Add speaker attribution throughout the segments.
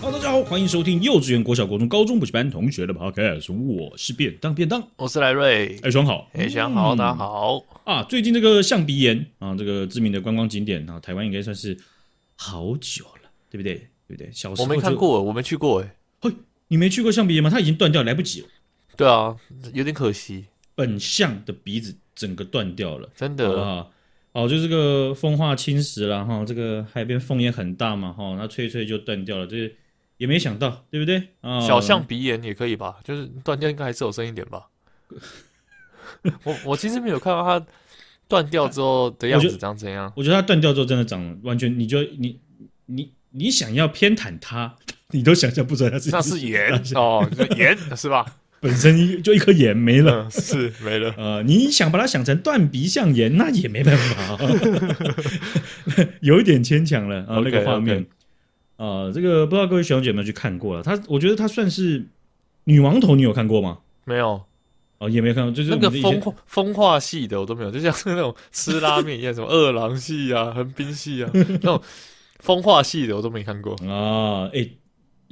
Speaker 1: Hello，大家好，欢迎收听幼稚园、国小、国中、高中补习班同学的 Podcast，我是便当便当。
Speaker 2: 我是赖瑞，
Speaker 1: 哎，双好
Speaker 2: 哎，想好，大家好，
Speaker 1: 啊！最近这个象鼻岩啊，这个知名的观光景点啊，台湾应该算是好久了，对不对？对不对？小时
Speaker 2: 我
Speaker 1: 候
Speaker 2: 没看
Speaker 1: 就，
Speaker 2: 过，我没去过，哎，
Speaker 1: 你没去过象鼻岩吗？它已经断掉，来不及了。
Speaker 2: 对啊，有点可惜，
Speaker 1: 本象的鼻子整个断掉了，
Speaker 2: 真
Speaker 1: 好不
Speaker 2: 的，
Speaker 1: 好？哦，就这个风化侵蚀了哈，这个海边风也很大嘛哈，那吹一吹就断掉了，这也没想到，对不对？啊、
Speaker 2: 小象鼻炎也可以吧，就是断掉应该还是有深一点 吧。我我其实没有看到它断掉之后的样
Speaker 1: 我觉
Speaker 2: 子长怎样，
Speaker 1: 我觉得它断掉之后真的长完全，你就你你你想要偏袒它， 你都想象不出来它是
Speaker 2: 那是盐哦，就是盐 是吧？
Speaker 1: 本身一就一颗盐没了。
Speaker 2: 嗯，是没了，
Speaker 1: 呃，你想把它想成断鼻像盐，那也没办法， 有一点牵强了啊、那个
Speaker 2: OK，OK
Speaker 1: 画面。呃，这个不知道各位学长姐有没有去看过了？它，我觉得它算是女王头，你有看过吗？
Speaker 2: 没有
Speaker 1: 哦，也没有看过，就是
Speaker 2: 那
Speaker 1: 我们
Speaker 2: 个
Speaker 1: 的以
Speaker 2: 风
Speaker 1: 前
Speaker 2: 化风化系的我都没有，就像是那种吃拉面一样，什么二郎系啊、横滨系啊，那种风化系的我都没看过。
Speaker 1: 啊，哎、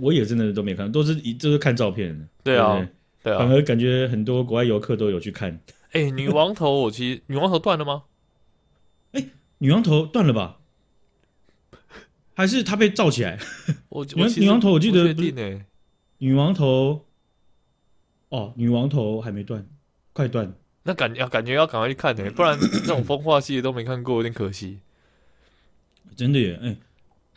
Speaker 1: 我也真的都没看，都是一都是看照片的。
Speaker 2: 对
Speaker 1: 对
Speaker 2: 啊
Speaker 1: 不，
Speaker 2: 对啊
Speaker 1: 反，而感觉很多国外游客都有去看。
Speaker 2: 哎、女王头，我其实女王头断了吗？
Speaker 1: 女王头断了吧？还是她被罩起来？
Speaker 2: 我
Speaker 1: 女
Speaker 2: 我
Speaker 1: 王
Speaker 2: 其实
Speaker 1: 女王头我记得
Speaker 2: 不确
Speaker 1: 不是
Speaker 2: 定哎、
Speaker 1: 女王头，哦，女王头还没断，快断。
Speaker 2: 那感觉感觉要赶快去看哎、不然那种风化系的都没看过，有点可惜。
Speaker 1: 真的耶，哎、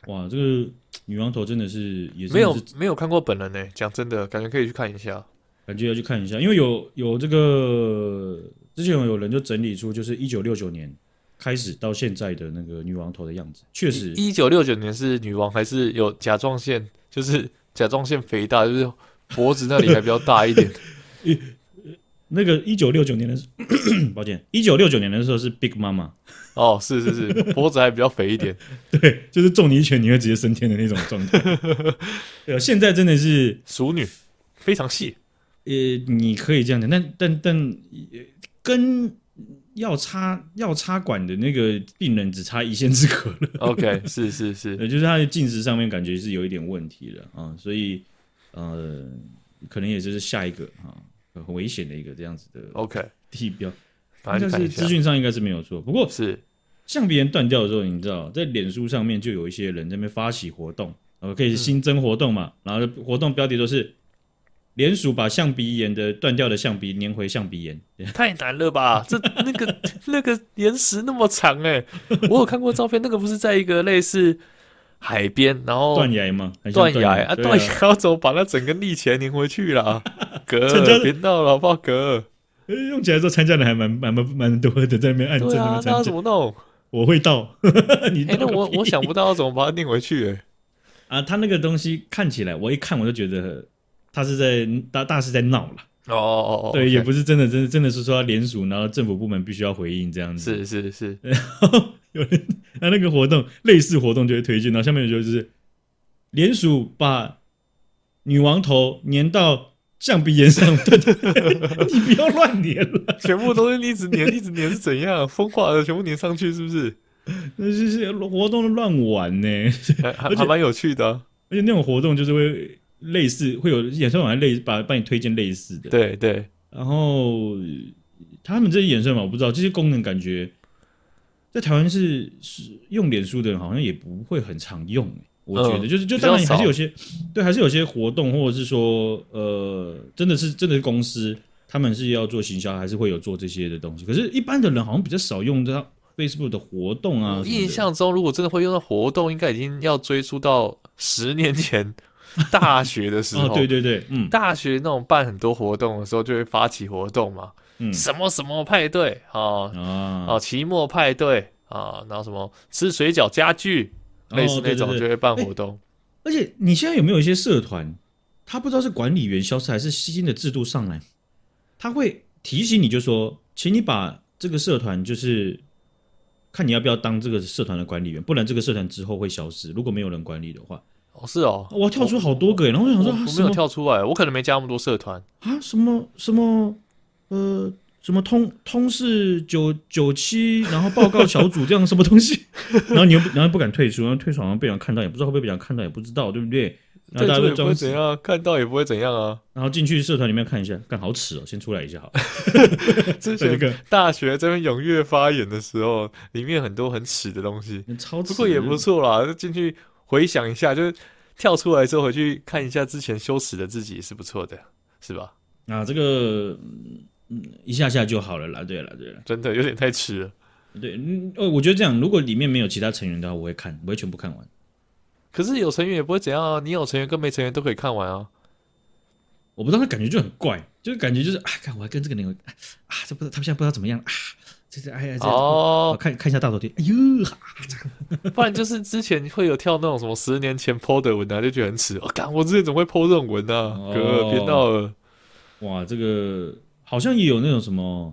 Speaker 1: 哇，这个女王头真的是也真的是
Speaker 2: 没有没有看过本人呢、讲真的，感觉可以去看一下。
Speaker 1: 感觉要去看一下，因为有有这个之前有人就整理出，就是一九六九年开始到现在的那个女王头的样子，确实
Speaker 2: 一九六九年是女王还是有甲状腺，就是甲状腺肥大，就是脖子那里还比较大一点。
Speaker 1: 那个一九六九年的时， 抱歉，一九六九年的时候是 Big Mama，
Speaker 2: 哦，是是是，脖子还比较肥一点。
Speaker 1: 对，就是中你一拳你会直接升天的那种状 态。对啊，现在真的是
Speaker 2: 熟女非常细，
Speaker 1: 呃，你可以这样讲，但但但呃跟要插要插管的那个病人只差一线之隔了，
Speaker 2: OK，是是是，
Speaker 1: 呃，就是他的进食上面感觉是有一点问题了啊，所以呃，可能也就是下一个啊，很危险的一个这样子的
Speaker 2: OK，
Speaker 1: 地标，
Speaker 2: 赶
Speaker 1: 应
Speaker 2: 快
Speaker 1: 该
Speaker 2: 去哦看一
Speaker 1: 是
Speaker 2: 下
Speaker 1: 资。讯上应该是没有错，不过
Speaker 2: 是
Speaker 1: 像别人断掉的时候，你知道，在脸书上面就有一些人在那边发起活动，呃，可以新增活动嘛，然后活动标题都是“联署把象鼻炎的断掉的象鼻粘回象鼻炎
Speaker 2: 太难了 吧？这那个那个岩石那么长哎、我有看过照片，那个不是在一个类似海边，然”，后
Speaker 1: 断崖嘛，很像
Speaker 2: 哦断崖啊，
Speaker 1: 对
Speaker 2: 断崖要怎么把那整个立起来粘回 去啦？哥
Speaker 1: 这叫，
Speaker 2: 别闹了，好不好？哥，
Speaker 1: 呃 用起来之后参加的还蛮蛮蛮蛮多的，在那边按
Speaker 2: 对
Speaker 1: 赞、
Speaker 2: 啊，
Speaker 1: 那边
Speaker 2: 那要
Speaker 1: 参
Speaker 2: 怎
Speaker 1: 加，
Speaker 2: 么弄？
Speaker 1: 我会到， 你
Speaker 2: 哎、
Speaker 1: 到个
Speaker 2: 那我
Speaker 1: 屁
Speaker 2: 我想不到要怎么把它粘回去、欸，
Speaker 1: 啊，他那个东西看起来，我一看我就觉得他是在大大是在闹了，
Speaker 2: 哦哦哦，
Speaker 1: 对，也
Speaker 2: OK
Speaker 1: 不是真的真的真的是说要联署，然后政府部门必须要回应这样子，
Speaker 2: 是是是，
Speaker 1: 有人那那个活动类似活动就会推荐，然后下面就是联署把女王头粘到象鼻岩上，对对对 你不要乱粘了，
Speaker 2: 全部都是一直粘，一直粘是怎样？风化了，全部粘上去是不是？
Speaker 1: 那就是活动乱玩呢、
Speaker 2: 还还还蛮有趣的啊、
Speaker 1: 而且那种活动就是会类似会有演算法类把帮你推荐类似的，
Speaker 2: 对对，
Speaker 1: 然后呃他们这些演算法我不知道这些功能感觉。在台湾是是用脸书的人好像也不会很常用、欸我觉得、
Speaker 2: 嗯
Speaker 1: 就是就
Speaker 2: 比较
Speaker 1: 当然还是
Speaker 2: 少
Speaker 1: 有些对，还是有些活动或者是说呃，真的是真的是公司他们是要做行销，还是会有做这些的东西。可是，一般的人好像比较少用到 Facebook 的活动啊
Speaker 2: 我
Speaker 1: 什么的。
Speaker 2: 嗯印象中，如果真的会用到活动，应该已经要追溯到十年前 大学的时候。
Speaker 1: 哦，对对对，嗯
Speaker 2: 大学那种办很多活动的时候，就会发起活动嘛，
Speaker 1: 嗯
Speaker 2: 什么什么派对啊，
Speaker 1: 啊
Speaker 2: 哦，期末派对啊，然后什么吃水饺家具，
Speaker 1: 哦
Speaker 2: 类似那种
Speaker 1: 对对对
Speaker 2: 就会办活动。
Speaker 1: 而且你现在有没有一些社团，他不知道是管理员消失还是新的制度上来，他会提醒你就说，请你把这个社团就是看你要不要当这个社团的管理员，不然这个社团之后会消失，如果没有人管理的话。
Speaker 2: 哦，是哦，
Speaker 1: 我跳出好多个耶，然后我想
Speaker 2: 我
Speaker 1: 说
Speaker 2: 我
Speaker 1: 啊
Speaker 2: 没
Speaker 1: 什
Speaker 2: 有
Speaker 1: 么
Speaker 2: 跳出来，我可能没加那么多社团。
Speaker 1: 啊什么什么呃。什么通通是九九七，然后报告小组这样 什么东西，然后你又不然后不敢退出，然后退出好像被人看到，也不知道会不会被人看到，也不知道，对不对？然后啊大家都
Speaker 2: 对就也不会
Speaker 1: 装
Speaker 2: 怎
Speaker 1: 死，
Speaker 2: 样，看到也不会怎 样啊。
Speaker 1: 然后进去社团里面看一下，干好耻哦，先出来一下 好了。
Speaker 2: 之
Speaker 1: 这
Speaker 2: 前
Speaker 1: 个
Speaker 2: 大学这边踊跃发言的时候，里面很多很耻的东西，
Speaker 1: 超耻
Speaker 2: 不
Speaker 1: 的，
Speaker 2: 过也不错啦。就进去回想一下，就是跳出来之后回去看一下之前羞耻的自己，是不错的，是吧？
Speaker 1: 啊，这个嗯嗯一下下就好了啦。对了对了，
Speaker 2: 真的有点太迟了。
Speaker 1: 对，嗯呃，我觉得这样，如果里面没有其他成员的话，我会看，我会全部看完。
Speaker 2: 可是有成员也不会怎样啊，你有成员跟没成员都可以看完啊。
Speaker 1: 我不知道，那感觉就很怪，就是感觉就是啊，看我还跟这个人有啊，啊这不知道他们现在不知道怎么样啊，这这哎呀这，
Speaker 2: 哦
Speaker 1: 我，看看一下大头贴，哎呦，哈
Speaker 2: 不然就是之前会有跳那种什么十年前 PO 的文啊，就觉得很耻。我、哦、干，我之前怎么会 PO 这种文呢、啊
Speaker 1: 哦？
Speaker 2: 哥，别闹了。哦
Speaker 1: 哇，这个好像也有那种什么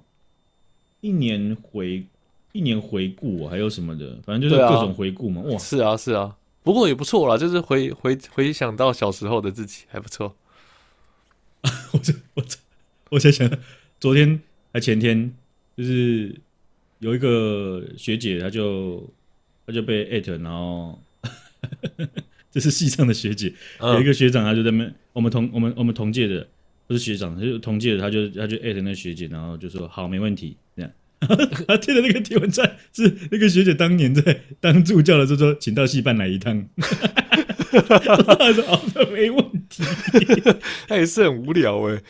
Speaker 1: 一年回一年回顾，哦还有什么的，反正就是
Speaker 2: 对啊
Speaker 1: 各种回顾嘛。哇，
Speaker 2: 是啊，是啊，不过也不错啦，就是回回回想到小时候的自己，还不错。
Speaker 1: 我这我这我在想，昨天还前天，就是有一个学姐，她就她就被艾特，然后 这是系上的学姐，有一
Speaker 2: 嗯，
Speaker 1: 个学长，他就在那边，我们同我们我们同届的，不是学长，就是同届的，他就他就艾特那个学姐，然后就说好，没问题，这样。 他贴的那个贴文在是那个学姐当年在当助教的时候说，请到戏班来一趟。 他说哦，那没问题，
Speaker 2: 他也是很无聊 哎、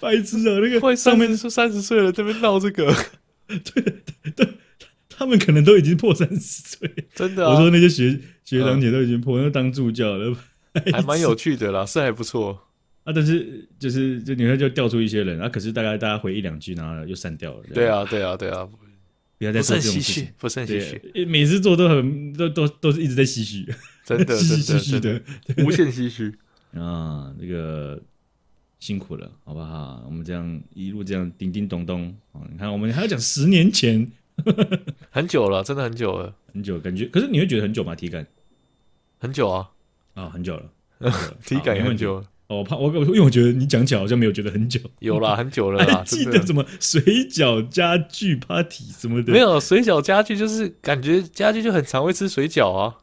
Speaker 1: 白痴啊，那
Speaker 2: 快
Speaker 1: 个
Speaker 2: 上
Speaker 1: 上
Speaker 2: 面
Speaker 1: 面
Speaker 2: 说三十岁了，这边闹这 个，
Speaker 1: 他们可能都已经破三十岁。
Speaker 2: 真的
Speaker 1: 我
Speaker 2: 啊，嗯
Speaker 1: 说那些学学长姐都已经破，那当助教了
Speaker 2: 还蛮有趣的啦，是还不错。
Speaker 1: 啊，但是就是就你看就调出一些人啊，可是大概大家回一两句，然后又删掉了。这样
Speaker 2: 对，啊，对啊，对啊，
Speaker 1: 不要再
Speaker 2: 不
Speaker 1: 做
Speaker 2: 胜
Speaker 1: 这种
Speaker 2: 唏
Speaker 1: 事情
Speaker 2: 嘘。，不胜唏嘘，
Speaker 1: 对，每次做都很都都都是一直在唏嘘，
Speaker 2: 真的，
Speaker 1: 唏嘘唏
Speaker 2: 真
Speaker 1: 嘘
Speaker 2: 的，真
Speaker 1: 的
Speaker 2: 的，无限唏嘘。
Speaker 1: 啊，那个辛苦了，好不好？我们这样一路这样叮叮咚咚啊，你看我们还要讲十年前
Speaker 2: 很久了，真的很久了，
Speaker 1: 很久，感觉可是你会觉得很久吗？体感
Speaker 2: 很久啊，
Speaker 1: 啊，很久了，
Speaker 2: 体感也很
Speaker 1: 了。
Speaker 2: 久了，
Speaker 1: 哦，我怕我，因为我觉得你讲起来好像没有觉得很久，
Speaker 2: 有啦，很久了啦
Speaker 1: 还，
Speaker 2: 真
Speaker 1: 记
Speaker 2: 的
Speaker 1: 得什么水饺家具 party 什么的，
Speaker 2: 没，有水饺家具，就是感觉家具就很常会吃水饺啊。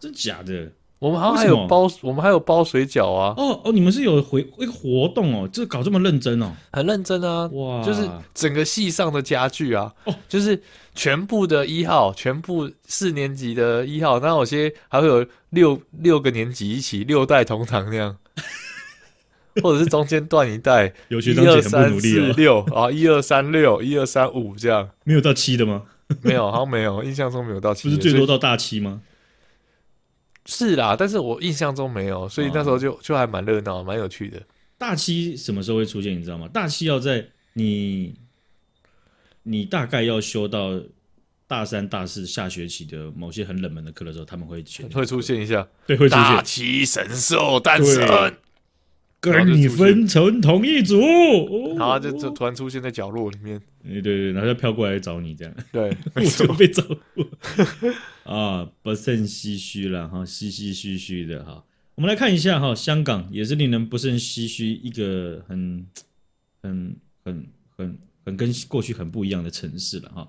Speaker 1: 真假的？
Speaker 2: 我们好像
Speaker 1: 为
Speaker 2: 还
Speaker 1: 什
Speaker 2: 有
Speaker 1: 么
Speaker 2: 包，我们还有包水饺啊，
Speaker 1: 哦哦，你们是有回一个活动哦，这搞这么认真哦，
Speaker 2: 很认真啊，
Speaker 1: 哇，
Speaker 2: 就是整个系上的家具啊，
Speaker 1: 哦
Speaker 2: 就是全部的一号，全部四年级的一号，那有些还会有六六个年级一起六代同堂那 样，或者是中间断一代，
Speaker 1: 有学
Speaker 2: 一
Speaker 1: 长姐
Speaker 2: 二
Speaker 1: 很不努
Speaker 2: 三
Speaker 1: 力
Speaker 2: 四
Speaker 1: 哦，
Speaker 2: 六啊，一二三六，一二三五这样，
Speaker 1: 没有到七的吗？
Speaker 2: 没有，好像没有，印 象中没有到七
Speaker 1: 不
Speaker 2: 月，
Speaker 1: 是最
Speaker 2: 所以
Speaker 1: 多到大七吗？
Speaker 2: 是啦，但是我印象中没有，
Speaker 1: 哦
Speaker 2: 所以那时候就就还蛮热闹，蛮有趣的。
Speaker 1: 大七什么时候会出现？你知道吗？大七要在你你大概要修到大三、大四下学期的某些很冷门的课的时候，他们会选
Speaker 2: 会出，现一下
Speaker 1: 对，会出
Speaker 2: 大
Speaker 1: 现。
Speaker 2: 旗神兽诞
Speaker 1: 对
Speaker 2: 生，然后就
Speaker 1: 跟你
Speaker 2: 出现
Speaker 1: 分成同一组，哦
Speaker 2: 然后就就突然出现在角落里面。
Speaker 1: 对对对，然后就飘过来找你这样，
Speaker 2: 对，
Speaker 1: 我就被找过啊，不胜唏嘘了哈，唏唏嘘嘘的哈。我们来看一下哈，香港也是令人不胜唏嘘，一个很、很、很、很、很跟过去很不一样的城市了哈。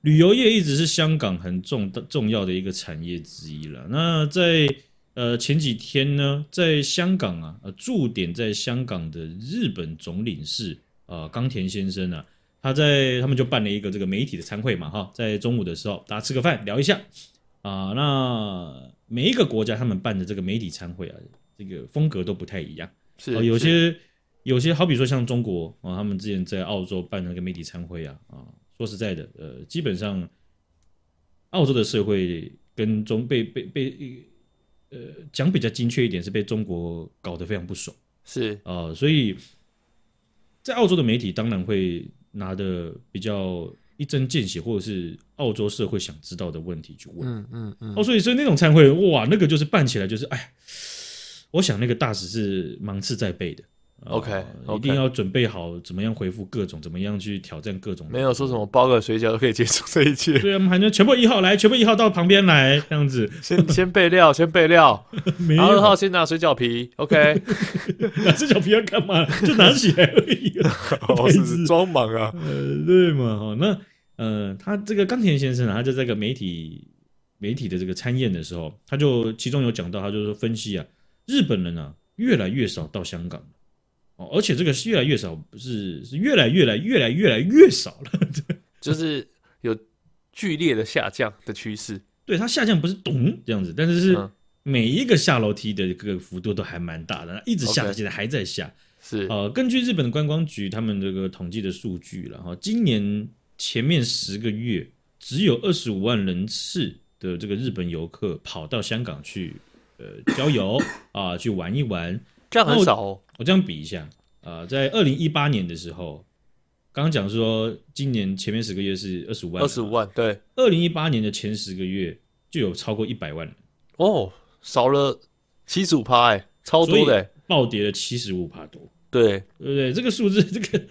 Speaker 1: 旅游业一直是香港很重的重要的一个产业之一了。那在呃前几天呢，在香港啊，呃驻点在香港的日本总领事啊、呃、冈田先生啊，他在他们就办了一个这个媒体的参会嘛，哈，在中午的时候大家吃个饭聊一下啊、那每一个国家他们办的这个媒体参会啊，这个风格都不太一样。
Speaker 2: 是
Speaker 1: 哦、有
Speaker 2: 是
Speaker 1: 些有些好比说像中国啊、哦他们之前在澳洲办那个媒体参会啊啊、说实在的，呃，基本上澳洲的社会跟中被被被呃讲比较精确一点是被中国搞得非常不爽。
Speaker 2: 是
Speaker 1: 啊、所以在澳洲的媒体当然会拿的比较一针见血，或者是澳洲社会想知道的问题去问。
Speaker 2: 嗯嗯嗯，
Speaker 1: 哦，所以所以那种参会，哇，那个就是办起来就是，哎呀，我想那个大使是芒刺在背的。啊
Speaker 2: OK，OK
Speaker 1: 一定要准备好怎么样回复各种，怎么样去挑战各种。
Speaker 2: 没有说什么包个水饺就可以结束这一 切，
Speaker 1: 对啊，我们还能全部一号来，全部一号到旁边来，这样子。
Speaker 2: 先先备料，先备料，
Speaker 1: 没
Speaker 2: 然后二
Speaker 1: 有，
Speaker 2: 号先拿水饺皮，OK，
Speaker 1: 拿这小皮要干嘛？就拿起来而已、啊。
Speaker 2: 哦，是是装忙啊，
Speaker 1: 呃，对嘛，哈，那呃，他这个冈田先生啊，他在这个媒体媒体的这个参宴的时候，他就其中有讲到，他就是说分析啊，日本人啊越来越少到香港哦，而且这个是越来越少，不是是越来越来越来越来越少了。
Speaker 2: 就是有剧烈的下降的趋势。
Speaker 1: 对，它下降不是咚这样子，但是是
Speaker 2: 嗯，
Speaker 1: 每一个下楼梯的这个幅度都还蛮大的，一直下到
Speaker 2: OK
Speaker 1: 现在还在下。
Speaker 2: 是
Speaker 1: 呃，根据日本观光局他们这个统计的数据了哈，今年前面十个月只有二十五万人次的这个日本游客跑到香港去呃郊游啊、去玩一玩。
Speaker 2: 这样
Speaker 1: 那
Speaker 2: 很
Speaker 1: 我
Speaker 2: 少哦。
Speaker 1: 我这样比一下啊、呃在二零一八年的时候，刚刚讲说今年前面十个月是二十五万，
Speaker 2: 二十五，万，对，
Speaker 1: 二零一八年的前十个月就有超过一百万人，
Speaker 2: 哦，少了七十五趴，哎、超多的、欸，
Speaker 1: 暴跌了七十五帕多，
Speaker 2: 对，
Speaker 1: 对不对？这个数字这个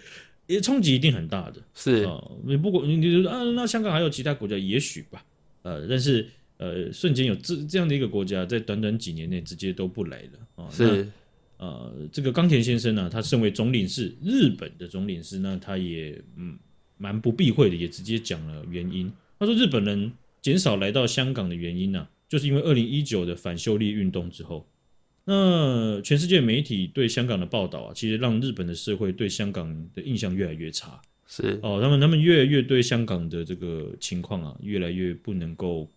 Speaker 1: 也冲击一定很大的。
Speaker 2: 是，
Speaker 1: 哦，你不管你就说啊，那香港还有其他国家，也许吧，呃，但是呃，瞬间有这这样的一个国家，在短短几年内直接都不来了啊、哦。
Speaker 2: 是，
Speaker 1: 那呃，这个冈田先生呢、他身为总领事，日本的总领事呢，他也嗯蛮不避讳的，也直接讲了原因。他说，日本人减少来到香港的原因呢、就是因为二零一九的反修例运动之后。那全世界媒体对香港的报道啊，其实让日本的社会对香港的印象越来越差。
Speaker 2: 是，
Speaker 1: 哦，他们他们越来越对香港的这个情况啊，越来越不能够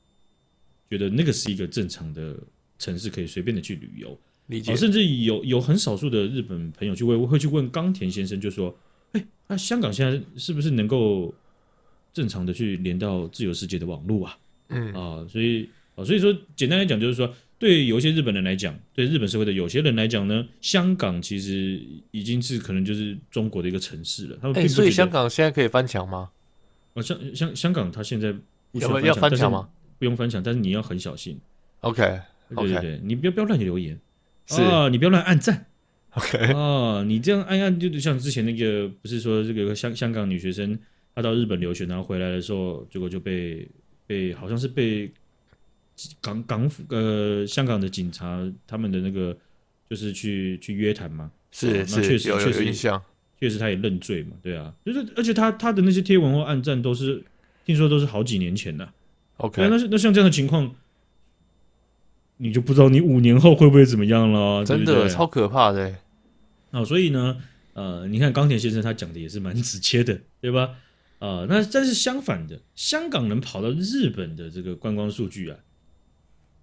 Speaker 1: 觉得那个是一个正常的城市，可以随便的去旅游。
Speaker 2: 理解哎
Speaker 1: 哦，，甚至有有很少数的日本朋友去问，会去问冈田先生，就说：“哎、那、香港现在是不是能够正常的去连到自由世界的网络啊？”
Speaker 2: 嗯
Speaker 1: 啊、所以啊、所以说简单来讲，就是说，对有一些日本人来讲，对日本社会的有些人来讲呢，香港其实已经是可能就是中国的一个城市了。他们
Speaker 2: 哎、
Speaker 1: 并不
Speaker 2: 所
Speaker 1: 觉
Speaker 2: 以
Speaker 1: 得
Speaker 2: 香港现在可以翻墙吗？
Speaker 1: 啊，香香香港，它现在不需
Speaker 2: 要不
Speaker 1: 要
Speaker 2: 要翻墙
Speaker 1: 墙
Speaker 2: 吗？
Speaker 1: 但是不用翻墙，但是你要很小心。
Speaker 2: ？OK，
Speaker 1: 对对
Speaker 2: OK
Speaker 1: 对，你不要不要乱留言
Speaker 2: 是
Speaker 1: 啊，你不要乱按赞
Speaker 2: OK，
Speaker 1: 啊，你这样按一按就就像之前那个，不是说这个香香港女学生她到日本留学，然后回来的时候，结果就被被好像是被港港府呃香港的警察他们的那个就是去去约谈嘛，
Speaker 2: 是
Speaker 1: 哦那确
Speaker 2: 是
Speaker 1: 实
Speaker 2: 有有
Speaker 1: 确
Speaker 2: 有
Speaker 1: 实
Speaker 2: 印象，
Speaker 1: 确实他也认罪嘛，对啊，就是而且他他的那些贴文或暗赞都是听说都是好几年前的、对啊，
Speaker 2: OK，
Speaker 1: 那是那像这样的情况，你就不知道你五年后会不会怎么样了，
Speaker 2: 真
Speaker 1: 对不
Speaker 2: 的
Speaker 1: 对
Speaker 2: 超可怕的、欸，
Speaker 1: 啊、所以呢，呃，你看钢铁先生他讲的也是蛮直接的，对吧？啊、那但是相反的，香港人跑到日本的这个观光数据啊，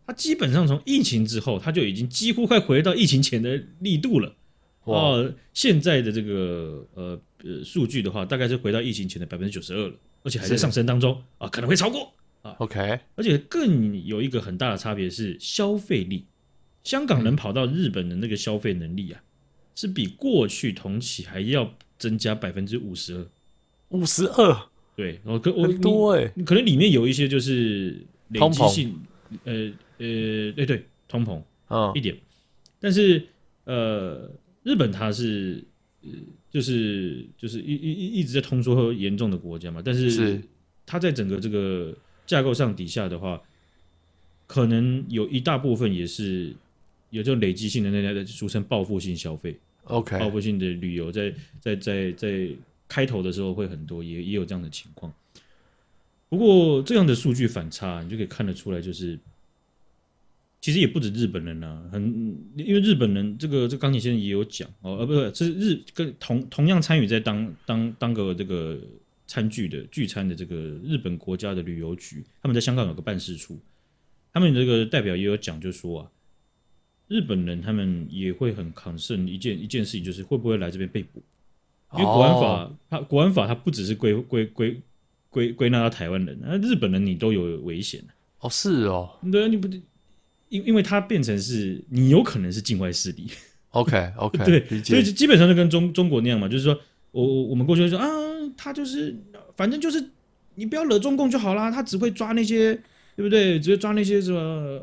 Speaker 1: 它基本上从疫情之后，它就已经几乎快回到疫情前的力度了。
Speaker 2: 哇，
Speaker 1: 哦，现在的这个呃呃数据的话，大概是回到疫情前的百分之九十二了，而且还在
Speaker 2: 是
Speaker 1: 上升当中啊，可能会超过。
Speaker 2: ，OK，
Speaker 1: 而且更有一个很大的差别是消费力，香港人跑到日本的那个消费能力啊，是比过去同期还要增加百分之五十二。
Speaker 2: 五十二，
Speaker 1: 对，我可我
Speaker 2: 很多哎、
Speaker 1: 你可能里面有一些就是累
Speaker 2: 通
Speaker 1: 积
Speaker 2: 膨
Speaker 1: 性，呃呃，对对，通膨一
Speaker 2: 嗯，
Speaker 1: 点，但是呃，日本它是呃就是就是一一一一直在通缩和严重的国家嘛，但
Speaker 2: 是
Speaker 1: 它在整个这个架构上底下的话，可能有一大部分也是有这种累积性的那那俗称报复性消费、报
Speaker 2: OK，
Speaker 1: 复性的旅游，在在在在开头的时候会很多，也也有这样的情况。不过这样的数据反差，你就可以看得出来，就是其实也不止日本人啊，很因为日本人这个这个钢铁先生也有讲哦，呃，不是，这是日跟同同样参与在当当当个这个餐具的聚餐的这个日本国家的旅游局，他们在香港有个办事处，他们这个代表也有讲，就说啊，日本人他们也会很 concern 一件一件事情，就是会不会来这边被捕，因为国安法、
Speaker 2: 哦
Speaker 1: 它国安法它不只是归归归归归纳到台湾人，那日本人你都有危险。啊
Speaker 2: 哦是哦
Speaker 1: 对啊，你不因因为它变成是你有可能是境外势力，
Speaker 2: ，OK OK，
Speaker 1: 对
Speaker 2: 理
Speaker 1: 所以
Speaker 2: 解，
Speaker 1: 就基本上就跟中中国那样嘛，就是说我我我们过去就说啊，他就是反正就是你不要惹中共就好啦，他只会抓那些对不对？只会抓那些什么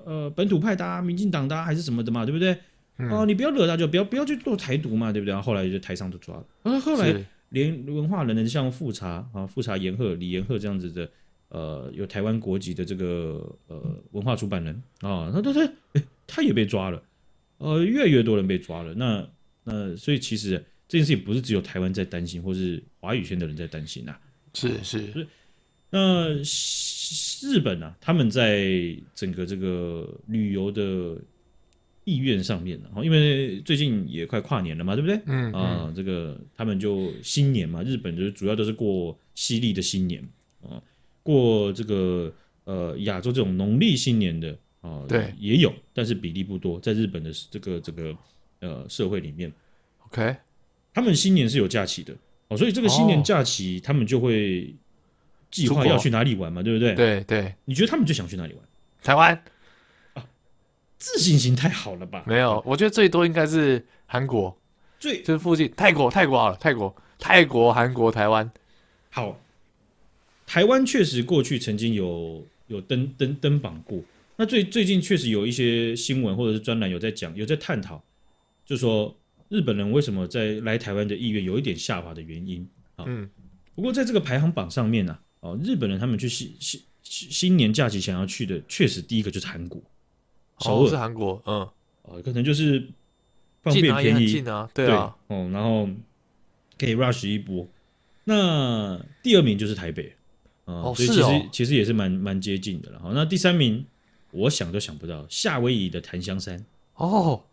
Speaker 1: 呃本土派的、啊、民进党的、啊、还是什么的嘛，对不对？
Speaker 2: 嗯
Speaker 1: 哦、你不要惹他就不要不要去做台独嘛，对不对？然后后来就台上就抓了，然后后来
Speaker 2: 是
Speaker 1: 连文化人呢，像富察啊、富察延鹤、李延鹤这样子的，呃，有台湾国籍的这个呃文化出版人啊，那他他诶他也被抓了，呃，越来越多人被抓了。那那所以其实这件事情不是只有台湾在担心，或是华语圈的人在担心啊。
Speaker 2: 是是，
Speaker 1: 那日本啊，他们在整个这个旅游的意愿上面了，哦因为最近也快跨年了嘛，对不对？
Speaker 2: 嗯
Speaker 1: 啊、这个他们就新年嘛，日本就是主要都是过西历的新年啊、过这个呃亚洲这种农历新年的啊、
Speaker 2: 对，
Speaker 1: 也有，但是比例不多，在日本的这个这个呃社会里面，
Speaker 2: ，OK，
Speaker 1: 他们新年是有假期的哦，所以这个新年
Speaker 2: 哦
Speaker 1: 假期、他们就会计
Speaker 2: 出
Speaker 1: 划
Speaker 2: 国
Speaker 1: 要去哪里玩嘛，对不对？
Speaker 2: 对对，
Speaker 1: 你觉得他们最想去哪里玩？
Speaker 2: 台湾
Speaker 1: 自信心太好了吧？
Speaker 2: 没有，我觉得最多应该是韩国，
Speaker 1: 最
Speaker 2: 就是附近泰国，泰国好了，泰国、泰国、韩国、台湾，
Speaker 1: 好，台湾确实过去曾经有有登登登榜过。那最最近确实有一些新闻或者是专栏有在讲，有在探讨，就说日本人为什么在来台湾的意愿有一点下滑的原因。
Speaker 2: 嗯，
Speaker 1: 不过在这个排行榜上面呢、哦，日本人他们去新新新新年假期想要去的，确实第一个就是韩国，首
Speaker 2: 哦是
Speaker 1: 尔
Speaker 2: 韩国，嗯，
Speaker 1: 哦，可能就是方
Speaker 2: 近
Speaker 1: 便
Speaker 2: 啊也
Speaker 1: 便
Speaker 2: 很
Speaker 1: 宜，
Speaker 2: 近啊，对啊，
Speaker 1: 哦，然后可以 rush 一波。那第二名就是台北，啊、
Speaker 2: 哦
Speaker 1: 所以
Speaker 2: 是
Speaker 1: 其实、
Speaker 2: 哦
Speaker 1: 其实也是蛮蛮接近的了。好，那第三名我想都想不到，夏威夷的檀香山
Speaker 2: 哦，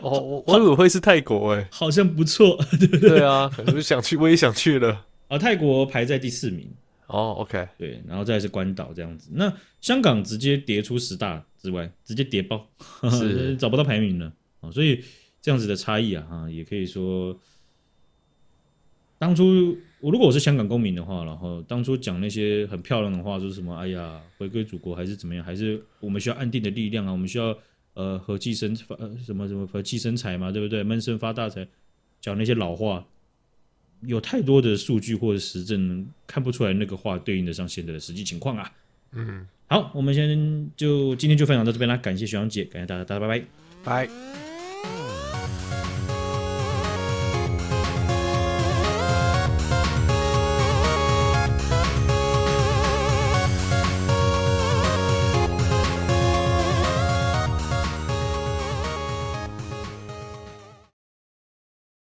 Speaker 2: 哦，我我以为会是泰国哎、
Speaker 1: 好像不错
Speaker 2: 对啊，可是想去，我也想去了。
Speaker 1: 啊，泰国排在第四名，
Speaker 2: 哦，OK，
Speaker 1: 对，然后再来是关岛这样子。那香港直接跌出十大之外，直接跌爆，
Speaker 2: 是
Speaker 1: 找不到排名了啊、所以这样子的差异啊，哈，也可以说，当初我如果我是香港公民的话，然后当初讲那些很漂亮的话，说什么哎呀，回归祖国还是怎么样，还是我们需要安定的力量啊，我们需要呃和气生发呃什么什么和气生财嘛，对不对？闷声发大财，讲那些老话，有太多的数据或者实证看不出来那个话对应得上现在的实际情况啊。
Speaker 2: 嗯，
Speaker 1: 好，我们先就今天就分享到这边啦，感谢徐阳姐，感谢大家，大家拜拜。
Speaker 2: 拜。